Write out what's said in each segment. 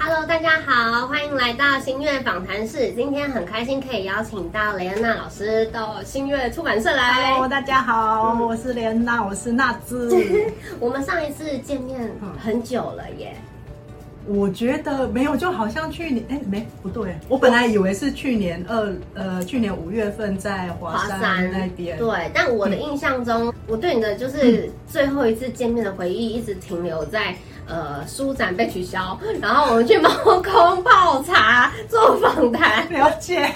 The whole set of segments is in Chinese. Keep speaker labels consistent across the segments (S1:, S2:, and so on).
S1: Hello，大家好，欢迎来到新月访谈室。今天很开心可以邀请到雷恩娜老师到新月出版社来。
S2: Hello，大家好，我是莲娜，我是娜兹。
S1: 我们上一次见面很久了耶，
S2: 我觉得没有，就好像去年，哎、没不对，我本来以为是去年二，呃，去年五月份在华山那边，
S1: 对，但我的印象中，我对你的就是最后一次见面的回忆一直停留在。呃，书展被取消，然后我们去猫空泡茶做访谈，
S2: 了解，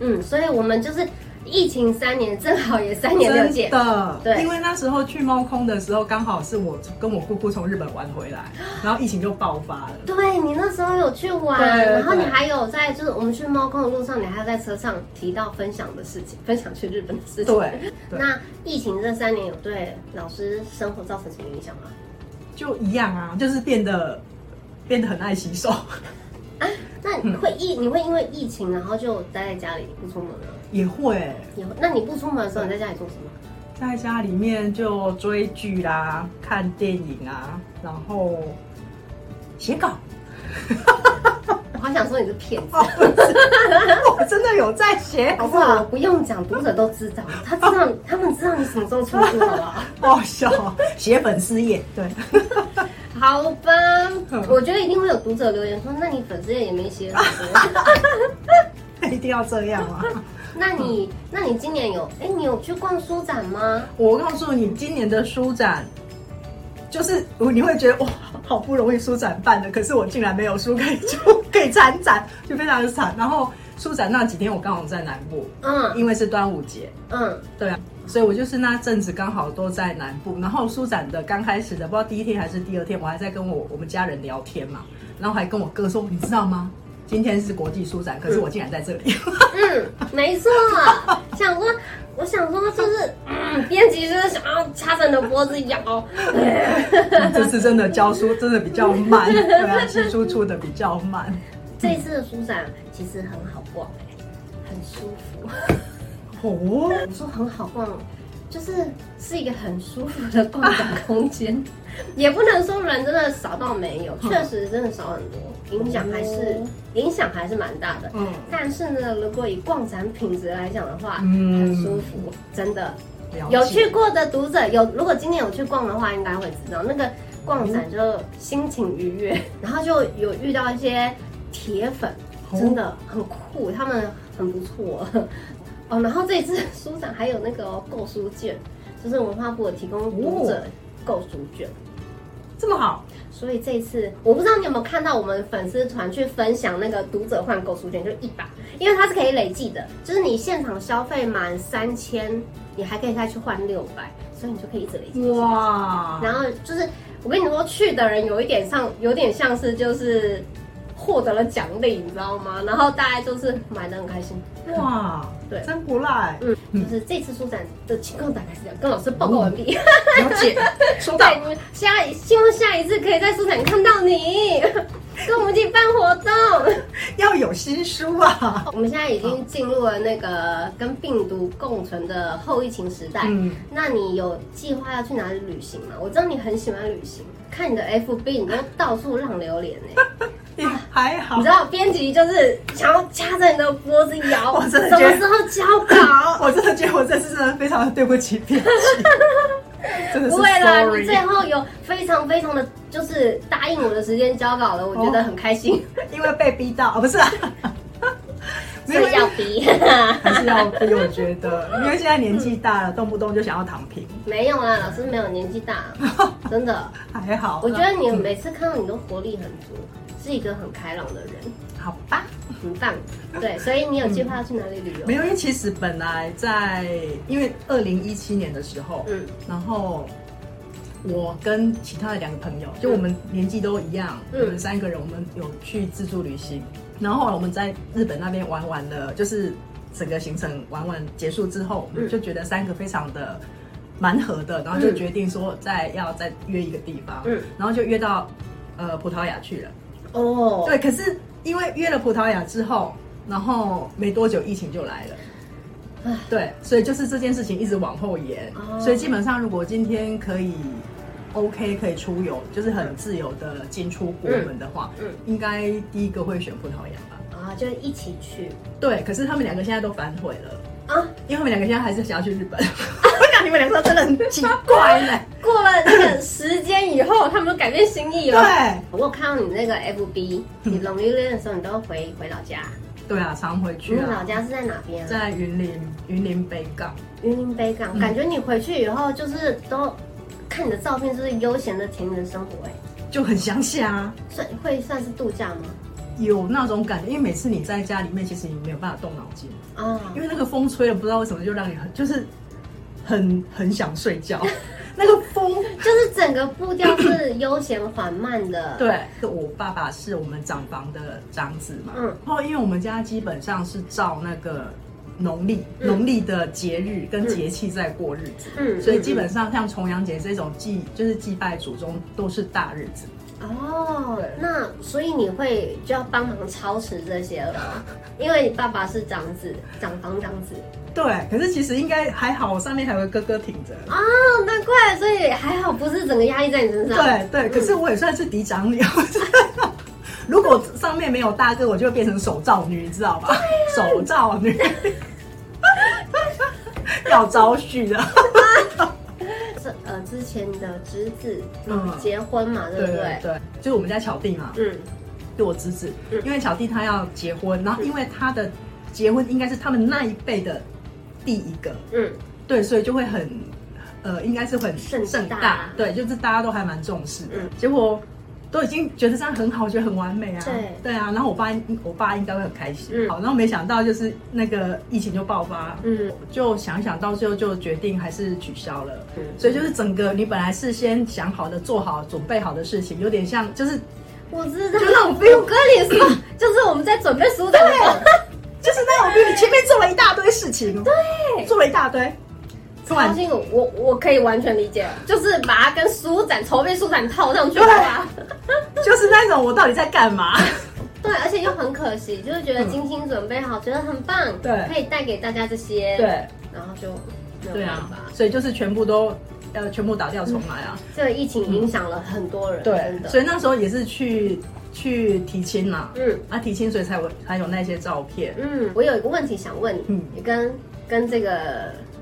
S1: 嗯，所以我们就是疫情三年，正好也三年了解
S2: 真，的，
S1: 对
S2: 因为那时候去猫空的时候，刚好是我跟我姑姑从日本玩回 来，然后疫情就爆发了。
S1: 对你那时候有去玩，
S2: 对对对
S1: 然后你还有在就是我们去猫空的路上，你还有在车上提到分享的事情，分享去日本的事情。
S2: 对，对
S1: 那疫情这三年有对老师生活造成什么影响吗？
S2: 就一样啊，就是变得变得很爱洗手，
S1: 啊，那你
S2: 嗯
S1: 会疫、你会因为疫情然后就待在家里不出门吗？
S2: 也会、
S1: 也会？那你不出门的时候你在家里做什么？
S2: 在家里面就追剧啦、看电影啊，然后写稿。
S1: 我好想说你是骗子，
S2: 哦不是我真的有在写，好
S1: 可是
S2: 不好
S1: 我？不用讲，读者都知道，他知道他们知道你什么时候出啊书，好不好？
S2: 爆笑，写粉丝页，对，
S1: 好吧
S2: 嗯，
S1: 我觉得一定会有读者留言说，那你粉丝页也没写很多。
S2: 一定要这样啊！
S1: 那你，那你今年有，哎、你有去逛书展吗？
S2: 我告诉你，今年的书展。就是你会觉得哇，好不容易书展办的，可是我竟然没有书可以就可以参展，就非常的惨。然后书展那几天我刚好在南部，
S1: 嗯
S2: 因为是端午节，
S1: 嗯，
S2: 对啊，所以我就是那阵子刚好都在南部，然后书展的刚开始的，不知道第一天还是第二天，我还在跟我我们家人聊天嘛，然后还跟我哥说，你知道吗？今天是国际书展，可是我竟然在这里，
S1: 嗯，没错。想说，我想说，就是，嗯，编辑就是想要掐着你的脖子咬。
S2: 这次真的教书真的比较慢，对啊，新书出的比较慢，
S1: 这次的书展其实很好逛、哎，很舒 服。
S2: 哦，
S1: 我说很好逛，就是是一个很舒服的逛展空间，也不能说人真的少到没有，确实真的少很多，影响还是
S2: 哦
S1: 影响还是蛮大的。
S2: 嗯，
S1: 但是呢，如果以逛展品质来讲的话，
S2: 嗯
S1: 很舒服，真的。
S2: 了解
S1: 有去过的读者有，如果今年有去逛的话，应该会知道那个逛展就心情愉 悦，然后就有遇到一些铁粉，
S2: 哦
S1: 真的很酷，他们很不错。 哦，然后这次书展还有那个、哦、购书券，就是文化部有提供读
S2: 哦
S1: 者购书券。
S2: 这么好，
S1: 所以这次我不知道你有没有看到我们粉丝团去分享那个读者换购书券，就一把，因为它是可以累计的，就是你现场消费满三千，你还可以再去换六百，所以你就可以一直累积。
S2: 哇，
S1: 然后就是我跟你说，去的人有一点像，有点像是就是获得了奖励，你知道吗？然后大家就是买的很开心。
S2: 哇，
S1: 对
S2: 真不赖，
S1: 嗯，就是这次书展的情况大概是这样，跟老师报告完毕。
S2: 了 解，收到
S1: 对，，你们下希望下一次可以在书展看到你， 跟我们一起办活动。
S2: 要有新书 啊，
S1: 我们现在已经进入了那个跟病毒共存的后疫情时代。
S2: 嗯。
S1: 那你有计划要去哪里旅行吗？我知道你很喜欢旅行，看你的 FB，你都到处浪流连呢、
S2: 也哎还好
S1: 你知，道编辑就是想要掐着你的脖子咬，
S2: 我真的
S1: 什
S2: 觉
S1: 么
S2: 得
S1: 时候交 稿？
S2: 我真的觉得我这次真的非常的对不起编辑，真的是
S1: 不会啦，你
S2: sorry
S1: 最。后有非常非常的就是答应我的时间交稿了，我觉得很开 心，
S2: 因为被逼到啊，不是 啊，
S1: 所以要逼。
S2: 还是要逼，我觉得，因为现在年纪大了，动不动就想要躺平，
S1: 没有啦，老师没有年纪大， 真的，
S2: 还好啦。
S1: 我觉得你每次看到你都活力很足，是一个很开朗的人，
S2: 好吧，
S1: 很棒。对，所以你有计划要去哪里旅游？
S2: 嗯没有，因为其实本来在，因为二零一七年的时候，
S1: 嗯
S2: 然后我跟其他的两个朋友，就我们年纪都一样，
S1: 嗯
S2: 我们三个人，我们有去自助旅行。然后后来我们在日本那边玩完了，就是整个行程玩完结束之后，我们就觉得三个非常的蛮合的，然后就
S1: 嗯
S2: 决定说再要再约一个地方，
S1: 嗯
S2: 然后就约到呃葡萄牙去了。
S1: 哦，
S2: 对，可是因为约了葡萄牙之后，然后没多久疫情就来了
S1: 唉。
S2: 对，所以就是这件事情一直往后延，
S1: 哦
S2: 所以基本上如果今天可以 OK 可以出游，就是很自由的进出国门的话，
S1: 嗯嗯嗯
S2: 应该第一个会选葡萄牙吧？
S1: 啊，就一起去
S2: 对，可是他们两个现在都反悔了，
S1: 啊。
S2: 因为他们两个现在还是想要去日本。 我想你们两个真的很奇怪呢、
S1: 过了那个时间以后，他们都改变心意了。
S2: 对。
S1: 我有看到你那个 FB，你 Lonely Land 的时候，你都回回老家。
S2: 对啊，常回去
S1: 你老
S2: 啊，
S1: 家是在哪边啊？
S2: 在云林云林北港。
S1: 云林北港。
S2: 嗯
S1: 感觉你回去以后，就是都看你的照片，就是悠闲的田园生活、哎，
S2: 就很乡下啊，
S1: 算会算是度假吗？
S2: 有那种感觉，因为每次你在家里面，其实你没有办法动脑筋，
S1: 啊
S2: 因，为那个风吹了，不知道为什么就让你很就是很很想睡 觉，那个风。
S1: 就是整个步调是悠闲缓慢的。，
S2: 对，我爸爸是我们长房的长子嘛，
S1: 嗯
S2: 然后因为我们家基本上是照那个农历
S1: 嗯
S2: 农历的节日跟节气在过日子，
S1: 嗯
S2: 所以基本上像重阳节这种祭就是祭拜祖宗都是大日子。
S1: 哦
S2: 对，
S1: 那所以你会就要帮忙操持这些了，因为你爸爸是长子，长房长子
S2: 对，可是其实应该还好，我上面还有个哥哥挺着。
S1: 啊、难怪，所以还好不是整个压力在你身上。
S2: 对对，可是我也算是嫡长女。 如果上面没有大哥，我就会变成手罩女，你知道
S1: 啊
S2: 吧？手罩女 要招婿的。
S1: 是呃之前的侄子
S2: 嗯
S1: 结婚嘛，对不对？
S2: 对，就是我们家小弟嘛，
S1: 嗯
S2: 就我侄子
S1: 嗯，
S2: 因为小弟他要结婚，然后因为他的结婚应该是他们那一辈的第一个，
S1: 嗯，
S2: 对，所以就会很，呃，应该是很
S1: 盛大
S2: 对，就是大家都还蛮重视的。
S1: 嗯
S2: 结果都已经觉得这样很好，觉得很完美啊。
S1: 对
S2: 啊，然后我爸我爸应该会很开心。
S1: 嗯
S2: 好，然后没想到就是那个疫情就爆发，
S1: 嗯
S2: 就想一想到最后就决定还是取消了。
S1: 嗯
S2: 所以就是整个你本来事先想好的、做好准备好的事情，有点像就是
S1: 我知道，
S2: 就那种 feel
S1: 我跟你 说，就是我们在准备书展的时候，
S2: 就是那种你前面做了一大堆事情，对，做了一大堆，突然
S1: 相信我，我我可以完全理解，就是把它跟书展筹备书展套上去的话，
S2: 就是那种我到底在 干嘛？
S1: 对，而且又很可惜，就是觉得精心准备好，觉得很棒，
S2: 对
S1: 可以带给大家这些，，
S2: 对。
S1: 然后就没
S2: 对
S1: 有办
S2: 啊
S1: 法。，
S2: 所以就是全部都呃全部打掉重来啊。
S1: 这个疫情影响了很多人，嗯真的，
S2: 所以那时候也是去去提亲嘛，
S1: 嗯
S2: 啊提亲，所以才有才有那些照片。
S1: 嗯，我有一个问题想问你，
S2: 嗯
S1: 也跟跟这个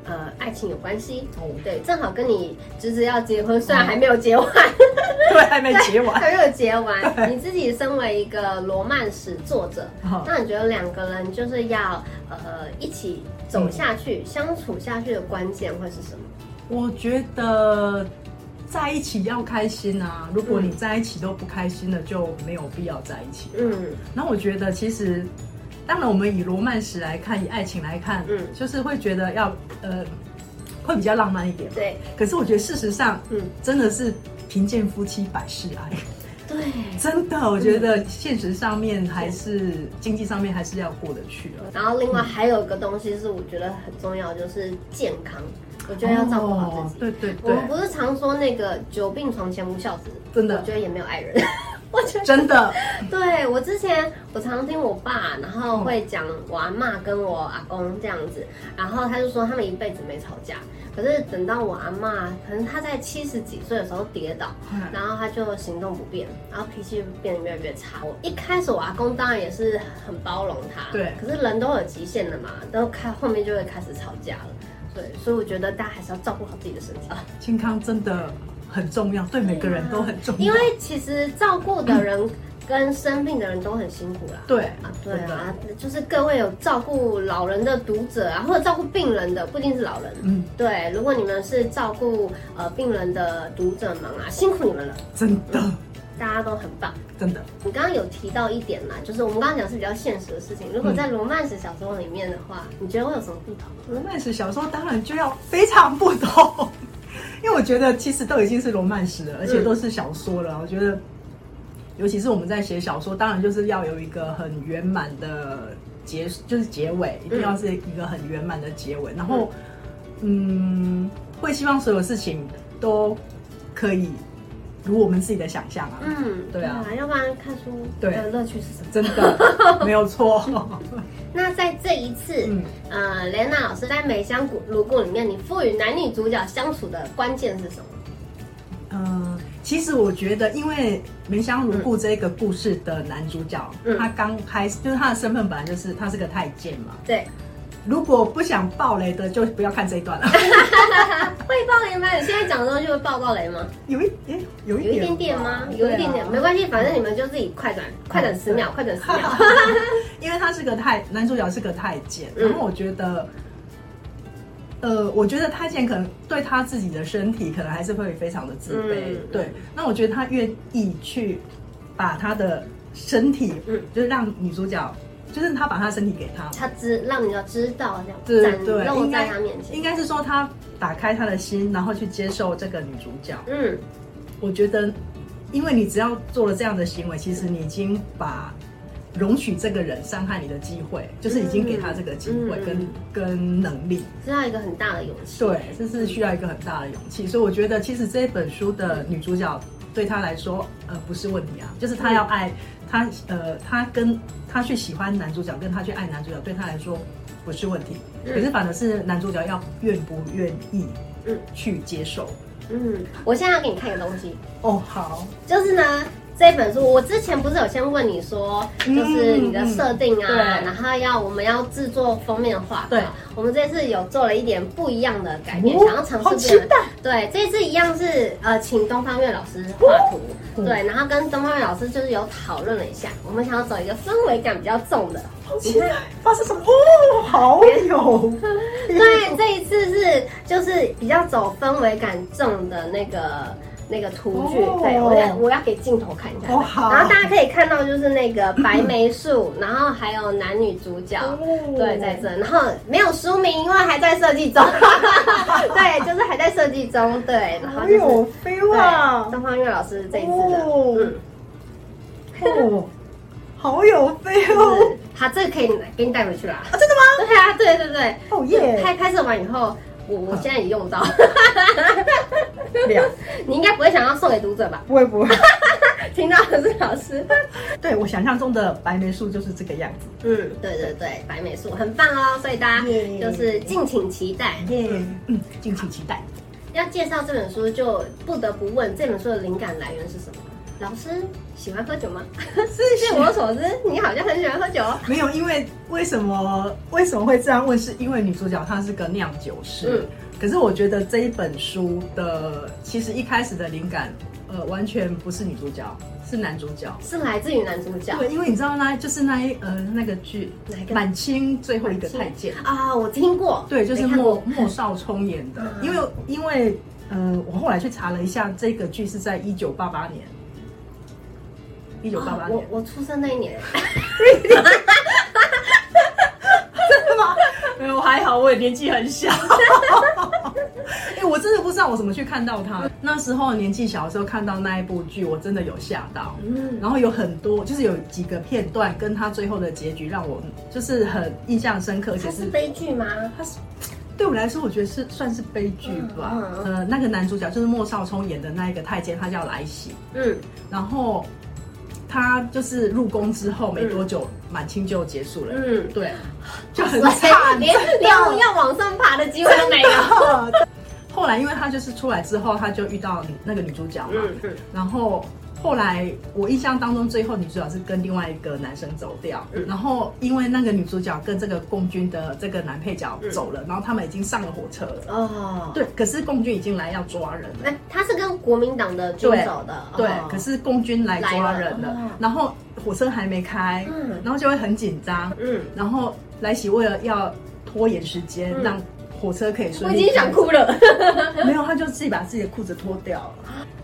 S1: 呃爱情有关系。
S2: 哦，
S1: 对，正好跟你侄子要结婚，虽然还没有 结完，
S2: 对，还没结 完。
S1: 还没有结完。
S2: 对
S1: 你自己身为一个罗曼史作者，
S2: 哦
S1: 那你觉得两个人就是要呃一起走下去、相处下去的关键会是什么？
S2: 我觉得在一起要开心啊，如果你在一起都不开心了，就没有必要在一起。
S1: 嗯
S2: 然后我觉得其实，当然我们以罗曼史来看，以爱情来看，
S1: 嗯
S2: 就是会觉得要呃会比较浪漫一点。
S1: 对，
S2: 可是我觉得事实上
S1: 嗯
S2: 真的是贫贱夫妻百事哀。
S1: 对，
S2: 真的，我觉得现实上面还是经济上面还是要过得去了。
S1: 然后另外还有一个东西是我觉得很重要，就是健康，我觉得要照顾好自己。
S2: 哦对对
S1: 我们不
S2: 对，
S1: 是常说那个久病床前无 孝子，
S2: 真的
S1: 我觉得也没有爱人。我觉得
S2: 真的，
S1: 对我之前我常听我爸，然后会讲我阿妈跟我阿公这样子，然后他就说他们一辈子没吵架，可是等到我阿妈，可能她在七十几岁的时候跌倒，
S2: 哎
S1: 然后他就行动不便，然后脾气变得越来越差。我一开始我阿公当然也是很包容他，
S2: 对
S1: 可是人都有极限的嘛，都开后面就会开始吵架了。对，所以我觉得大家还是要照顾好自己的身体，
S2: 健康真的很重要，对每个人都很重要。
S1: 因为其实照顾的人跟生病的人都很辛苦啦。
S2: 对
S1: 啊，对啊，就是各位有照顾老人的读者啊，或者照顾病人的，不一定是老人。
S2: 嗯，
S1: 对，如果你们是照顾呃病人的读者们啊，辛苦你们了，
S2: 真的
S1: 大家都很棒。
S2: 真的，
S1: 你刚刚有提到一点啦，就是我们刚刚讲是比较现实的事情。如
S2: 嗯
S1: 果在罗曼史小说里面的话，你觉得会有什么不同？啊
S2: 罗曼史小说当然就要非常不同，因为我觉得其实都已经是罗曼史了，而且都是小说了，我觉得。尤其是我们在写小说，当然就是要有一个很圆满的结，就是结尾，一定要是一个很圆满的结尾。然后，嗯，会希望所有事情都可以如我们自己的想象啊，
S1: 嗯，
S2: 对啊
S1: 要不然看书的
S2: 对
S1: 乐趣是什么？
S2: 真的没有错。
S1: 那在这一次，
S2: 嗯
S1: 呃，雷娜老师在《美香古如故》里面，你赋予男女主角相处的关键是什么？
S2: 嗯，其实我觉得，因为《梅香如故》这个故事的男主角，
S1: 嗯
S2: 他刚开始就是他的身份本来就是他是个太监嘛。
S1: 对，
S2: 如果不想爆雷的，就不要看这一段了。
S1: 会爆雷吗？你现在讲的东西会爆爆雷吗？
S2: 有一诶、有一啊
S1: 有一点点
S2: 吧
S1: 吗？有一点点，没关系，反正你们就自己快转，快转十秒，快转十秒。
S2: 因为他是个太男主角是个太监，
S1: 嗯
S2: 然后我觉得，呃，我觉得太监可能对他自己的身体可能还是会非常的自卑，
S1: 嗯
S2: 对。那我觉得他愿意去把他的身体，
S1: 嗯
S2: 就是让女主角，就是他把他身体给他，
S1: 他知让你要知道这
S2: 对
S1: 样展
S2: 对，
S1: 露
S2: 应
S1: 在
S2: 该
S1: 他面前。
S2: 应该是说他打开他的心，然后去接受这个女主角。
S1: 嗯，
S2: 我觉得，因为你只要做了这样的行为，其实你已经把容许这个人伤害你的机会，就是已经给他这个机会
S1: 嗯
S2: 跟、跟能力。
S1: 需要一个很大的勇气。
S2: 对，这是需要一个很大的勇气。所以我觉得，其实这本书的女主角对她来说，呃，不是问题啊，就是她
S1: 嗯
S2: 要爱她，呃，她跟她去喜欢男主角，跟她去爱男主角，对她来说不是问题。
S1: 嗯
S2: 可是反而是男主角要愿不愿意，
S1: 嗯
S2: 去接受。
S1: 嗯，我现在要给你看一个东西，
S2: 哦，好，
S1: 就是呢。这本书，我之前不是有先问你说，就是你的设定啊，
S2: 嗯嗯嗯对
S1: 然后要我们要制作封面画，
S2: 对，
S1: 我们这次有做了一点不一样的改变，
S2: 哦
S1: 想要尝
S2: 好
S1: 试不一样
S2: 期待
S1: 对，这次一样是呃，请东方月老师画图，
S2: 嗯
S1: 对，然后跟东方月老师就是有讨论了一下，我们想要走一个氛围感比较重的，
S2: 好期待发生什么？哦，好有，
S1: 对，这一次是就是比较走氛围感重的那个那个图剧，
S2: 哦
S1: 对我要我要给镜头看一下。
S2: 哦好
S1: 然后大家可以看到就是那个白梅树，然后还有男女主角。
S2: 哦
S1: 对，在这，然后没有书名，因为还在设计中。 对，就是还在设计中。对，然后
S2: 好
S1: 就是
S2: 有 feel 啊
S1: 对，！东方月老师这一次的，
S2: 哦
S1: 嗯，
S2: 哦，好有
S1: 就是
S2: feel，
S1: 他这个可以给你带回去啦。
S2: 嗯啊真的吗？
S1: 对啊，对对对，
S2: 哦耶，
S1: 拍拍摄完以后，我我现在也用不到。
S2: 两
S1: 你应该不会想要送给读者 吧？
S2: 不会不会，
S1: 听到的是老 师。
S2: 对我想象中的白梅树就是这个样子。
S1: 嗯，对对对，白美术很棒哦，所以大家
S2: 耶
S1: 就是敬请期待。
S2: 耶，嗯，敬请期待。
S1: 要介绍这本书，就不得不问这本书的灵感来源是什么？老师喜欢喝酒 吗？是据我所知，你好像很喜欢喝酒哦。
S2: 没有，因为为什么为什么会这样问？是因为女主角她是个酿酒师。
S1: 嗯
S2: 可是我觉得这一本书的其实一开始的灵感，呃，完全不是女主角，是男主角。
S1: 是来自于男主角
S2: 对，因为你知道那就是那一呃那个剧
S1: 哪一
S2: 《
S1: 个
S2: 满清最后一个太监》，
S1: 啊，我听过。
S2: 对，就是
S1: 没看过
S2: 莫莫少聪演的。
S1: 嗯
S2: 因为因为呃，我后来去查了一下，这个剧是在一九八八年，一九八八
S1: 啊
S2: 年
S1: 我，我出生那一年，
S2: 对吗？没有，还哎好，我也年纪很小。 哎、我真的不知道我怎么去看到它。那时候年纪小的时候看到那一部剧，我真的有吓到。
S1: 嗯，
S2: 然后有很多，就是有几个片段跟他最后的结局让我就是很印象深刻，而且
S1: 它是
S2: 是
S1: 悲剧吗？
S2: 他是对我来说，我觉得是算是悲剧吧。
S1: 嗯
S2: 呃，那个男主角就是莫少聪演的那一个太监，他叫来喜，
S1: 嗯
S2: 然后他就是入宫之后没多久，满清就结束了，
S1: 嗯，
S2: 对，就很
S1: 所以
S2: 惨，
S1: 连连要往上爬的机会都没 有。
S2: 后来因为他就是出来之后，他就遇到那个女主角嘛，
S1: 嗯嗯
S2: 然后后来我印象当中，最后女主角是跟另外一个男生走掉，
S1: 嗯
S2: 然后因为那个女主角跟这个共军的这个男配角走
S1: 嗯
S2: 了，然后他们已经上了火车了。
S1: 哦，
S2: 对，可是共军已经来要抓人了。
S1: 哎，他是跟国民党的军
S2: 对
S1: 走的，
S2: 对
S1: 哦，
S2: 可是共军来抓人
S1: 来
S2: 了，
S1: 了哦
S2: 然后火车还没开，
S1: 嗯
S2: 然后就会很紧张，
S1: 嗯，
S2: 然后莱喜为了要拖延时间，
S1: 嗯
S2: 让火车可以
S1: 我
S2: 顺利，
S1: 已经想哭了。
S2: 没有，他就自己把自己的裤子脱掉了。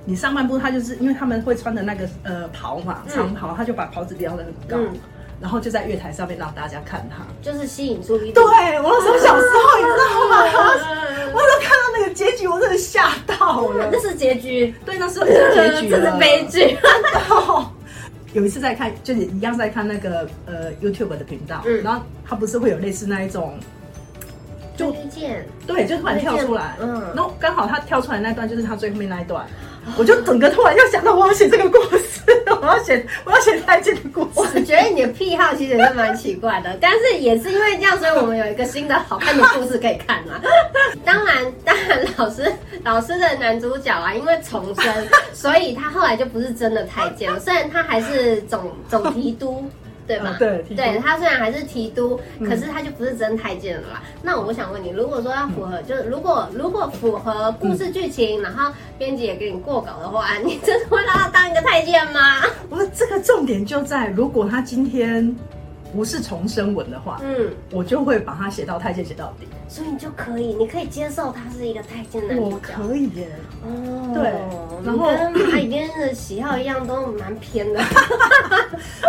S2: 你上半部，他就是因为他们会穿的那个呃袍嘛，
S1: 嗯
S2: 长袍，他就把袍子撩得很高，
S1: 嗯
S2: 然后就在月台上面让大家看他。
S1: 就是吸引注意力。
S2: 对啊我那时候小时候，你知道吗？
S1: 嗯
S2: 我都看到那个结局，我真的吓到 了
S1: 那。是结局，
S2: 对，那时候已经结局
S1: 这
S2: 了，
S1: 是悲。剧。
S2: 有一次在看，就是一样在看那个呃 YouTube 的频道，
S1: 嗯
S2: 然后他不是会有类似那一种，就
S1: 推荐，
S2: 对，就突然跳出来，
S1: 嗯
S2: 嗯，然后刚好他跳出来那段就是他最后面那一段，我就整个突然又想到我要写这个故事哦，我要写我要写太监的故
S1: 我
S2: 事。
S1: 觉得你的癖好其实也是蛮奇怪的，但是也是因为这样，所以我们有一个新的好看的故事可以看啦。 当然， 当然，老师老师的男主角啊，因为重生，所以他后来就不是真的太监 了，虽然他还是总总提督。对吧？
S2: 嗯对提督嗯
S1: 对他虽然还是提督，可是他就不是真太监了啦。那我想问你，如果说要符合，
S2: 嗯
S1: 就是如果如果符合故事剧情，然后编辑也给你过稿的话， 你真的会让他当一个太监吗？
S2: 不是这个重点就在，如果他今天不是重生文的话，
S1: 嗯。
S2: 我就会把它写到太监写到底。
S1: 所以你就可以，你可以接受他是一个太监男主
S2: 我
S1: 角。
S2: 可以耶，
S1: 哦，
S2: 对然后
S1: 你跟马里边的喜好一样，都蛮偏 的。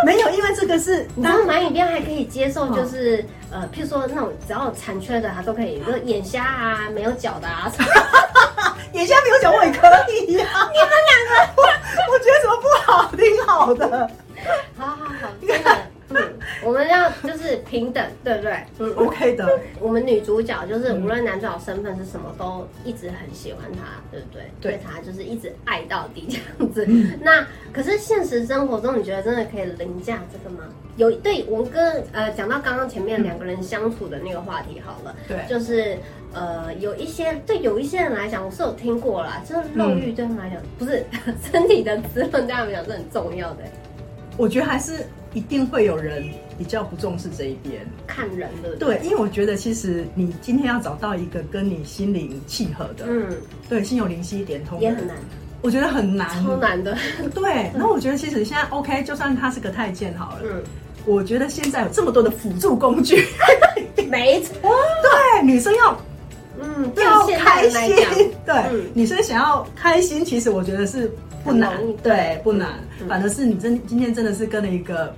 S2: 没有，因为这个是
S1: 你知道马里边还可以接
S2: 嗯
S1: 受，就是、呃，譬如说那种只要有残缺的，他都可以，就是眼瞎啊，没有脚的啊。 什么
S2: 眼下没有讲我也可以呀、你们两个， 我我觉得怎么不好？挺好的。
S1: 好好好，真的，嗯，我们要就是平等，对不对？嗯。
S2: OK 的，
S1: 我们女主角就是
S2: 嗯
S1: 无论男主角身份是什么，都一直很喜欢他，对不对？
S2: 对嗯
S1: 他就是一直爱到底这样子。那可是现实生活中，你觉得真的可以凌驾这个吗？有对我们跟呃讲到刚刚前面两个人相处的那个话题好了，
S2: 对
S1: 就是呃有一些对有一些人来讲，我是有听过啦，就是肉欲对他们来
S2: 嗯
S1: 讲、不是 身体的滋润对他们来讲是很重要的，
S2: 我觉得还是一定会有人比较不重视这一边。
S1: 看人对不对？
S2: 对，因为我觉得其实你今天要找到一个跟你心灵契合的，
S1: 嗯，
S2: 对，心有灵犀一点通的
S1: 也很，难，
S2: 我觉得很难。
S1: 超难的，
S2: 对，然后我觉得其实现在 OK，就算他是个太监好了，
S1: 嗯，
S2: 我觉得现在有这么多的辅助工具，
S1: 没错。
S2: 对，女生要
S1: 嗯，对
S2: 要
S1: 现代
S2: 开
S1: 人来
S2: 心
S1: 讲，，
S2: 对，
S1: 嗯
S2: 女生想要开心，其实我觉得是不难
S1: 很容易，
S2: 对，不难，
S1: 嗯
S2: 反而是你真今天真的是跟了一个，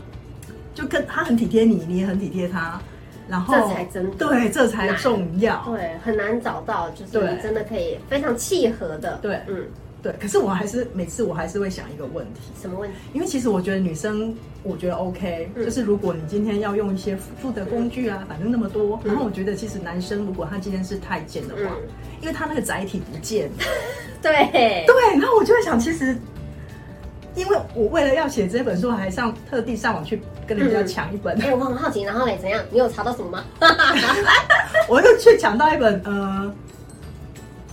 S2: 就跟他很体贴你，你也很体贴他，然后
S1: 这才真的
S2: 对，这才重要，
S1: 对，很难找到，就是
S2: 对
S1: 你真的可以非常契合的。
S2: 对
S1: 嗯，
S2: 对。可是我还是每次我还是会想一个问题，
S1: 什么问题？
S2: 因为其实我觉得女生，我觉得 OK，、
S1: 嗯
S2: 就是如果你今天要用一些辅助的工具啊，反正那么多，
S1: 嗯
S2: 然后我觉得其实男生如果他今天是太监的话，
S1: 嗯，
S2: 因为他那个载体不见了。
S1: 对，
S2: 对，然后我就会想，其实，因为我为了要写这本书，我还上特地上网去跟人家抢一本，
S1: 哎、我很好奇，然后嘞怎样？你有查到什么吗？
S2: 我又去抢到一本呃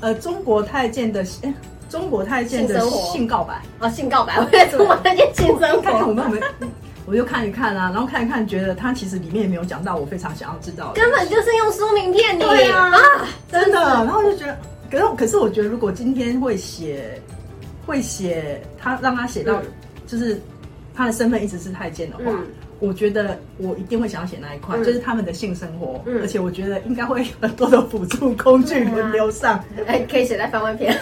S2: 呃中国太监的、哎中国太监的
S1: 性生活
S2: 性告白，
S1: 哦，性告白，我也是我那件性生
S2: 看看
S1: 活
S2: 我，们有没有。我就看一看啊，然后看一看，觉得它其实里面也没有讲到我非常想要知道的。
S1: 根本就是用书名骗你。
S2: 对啊真
S1: 真
S2: 的，
S1: 的
S2: 然后就觉得，可是可是我觉得，如果今天会写，会写他让他写到，
S1: 嗯
S2: 就是他的身份一直是太监的话，
S1: 嗯
S2: 我觉得我一定会想要写那一块，
S1: 嗯
S2: 就是他们的性生活，
S1: 嗯
S2: 而且我觉得应该会有很多的辅助工具
S1: 对啊
S2: 轮流上。
S1: 哎，可以写在番外 篇。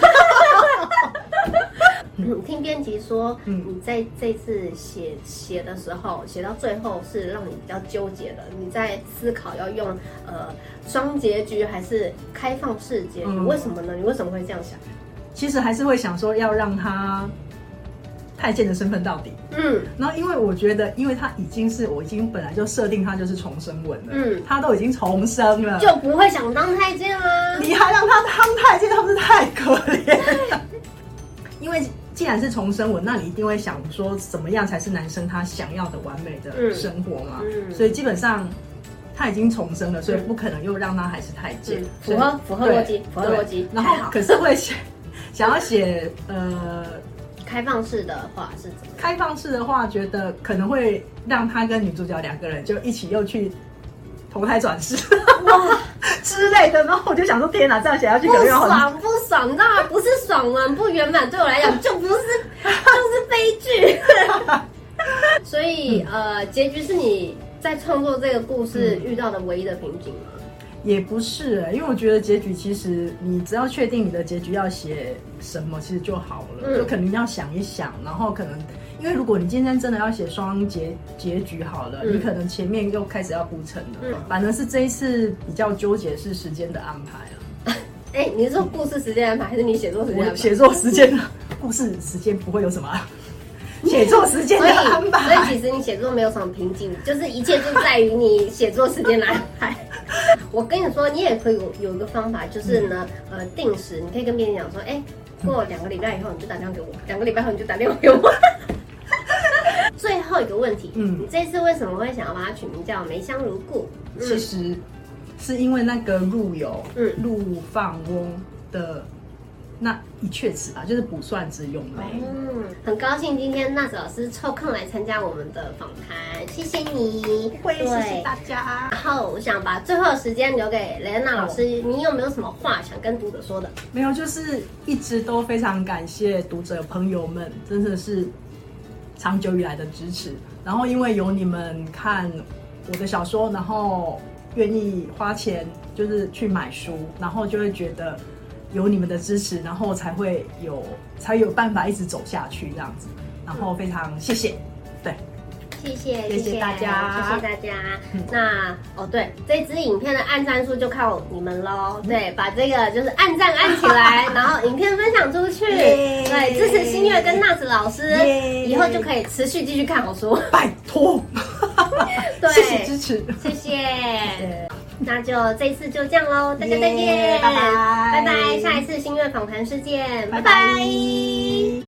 S1: 嗯，听编辑说，
S2: 嗯
S1: 你在这次写写的时候，写到最后是让你比较纠结的。你在思考要用呃双结局还是开放式结局？
S2: 嗯
S1: 为什么呢？你为什么会这样想？
S2: 其实还是会想说要让他太监的身份到底，
S1: 嗯
S2: 然后因为我觉得，因为他已经是我已经本来就设定他就是重生文了，
S1: 嗯
S2: 他都已经重生了，
S1: 就不会想当太监啊。
S2: 你还让他当太监，他不是太可怜了？因为既然是重生文，那你一定会想说，怎么样才是男生他想要的完美的生活嘛？
S1: 嗯嗯
S2: 所以基本上他已经重生了，所以不可能又让他还是太监
S1: 嗯，
S2: 所以
S1: 符合符合逻辑
S2: 对
S1: 符合逻辑
S2: 对然后
S1: 太好
S2: 可是会写想要写呃
S1: 开放式的话是怎么？
S2: 开放式的话，觉得可能会让他跟女主角两个人就一起又去投胎转世
S1: 哇，
S2: 之类的。然后我就想说，天哪，这样写下去
S1: 不
S2: 可能要很
S1: 爽不爽，你知道吗？不是爽文不圆满，对我来讲就不是 就是悲剧。 所以呃，结局是你在创作这个故事
S2: 嗯
S1: 遇到的唯一的瓶颈吗？
S2: 也不是、欸因为我觉得结局其实你只要确定你的结局要写什么，其实就好了，
S1: 嗯
S2: 就可能要想一想，然后可能。因为如果你今天真的要写双结结局好了，
S1: 嗯
S2: 你可能前面又开始要铺陈了。
S1: 嗯
S2: 反正是这一次比较纠结是时间的安排啊，
S1: 哎、你是说故事时间安排，还是你写作时间安
S2: 我
S1: 排？
S2: 写作时间的故事时间不会有 什么啊，写作时间
S1: 所
S2: 的
S1: 以，
S2: 安
S1: 所以
S2: 排。
S1: 其实你写作没有什么瓶颈， 就是一切就在于你写作时间的安排。 我跟你说，你也可以有有一个方法，就是呢，
S2: 嗯
S1: 呃，定时，你可以跟 别人讲说，哎、过两个礼拜以后你就打电话给我，两个礼拜后你就打电话给我。后一个问题，
S2: 嗯
S1: 嗯，你这次为什么会想要把它取名叫梅香如故？
S2: 其
S1: 嗯
S2: 实是因为那个陆游，
S1: 嗯
S2: 陆放翁的那一阙词吧，就是卜算子咏梅。
S1: 嗯，很高兴今天娜子老师抽空来参加我们的访谈，谢谢你。对
S2: 大家。
S1: 然后我想把最后的时间留给雷恩娜老师，你有没有什么话想跟读者说的？
S2: 没有，就是一直都非常感谢读者朋友们，真的是长久以来的支持。然后因为有你们看我的小说，然后愿意花钱就是去买书，然后就会觉得有你们的支持，然后才会有才有办法一直走下去这样子。然后非常谢谢，对，
S1: 谢谢，
S2: 谢谢大家
S1: 谢谢大家
S2: 嗯。
S1: 那哦，对，这支影片的按赞数就靠你们喽。对，把这个就是按赞按起来， 然后影片分享出去，
S2: 耶
S1: 对，支持新月跟娜子老师
S2: 耶，
S1: 以后就可以持续继续看好书。
S2: 拜托，
S1: 对
S2: 谢谢支持。
S1: 谢谢，
S2: 谢
S1: 那就这次就这样喽，大家再见，
S2: 耶拜拜
S1: 拜拜，下一次新月访谈事件，拜
S2: 拜
S1: 拜
S2: 拜。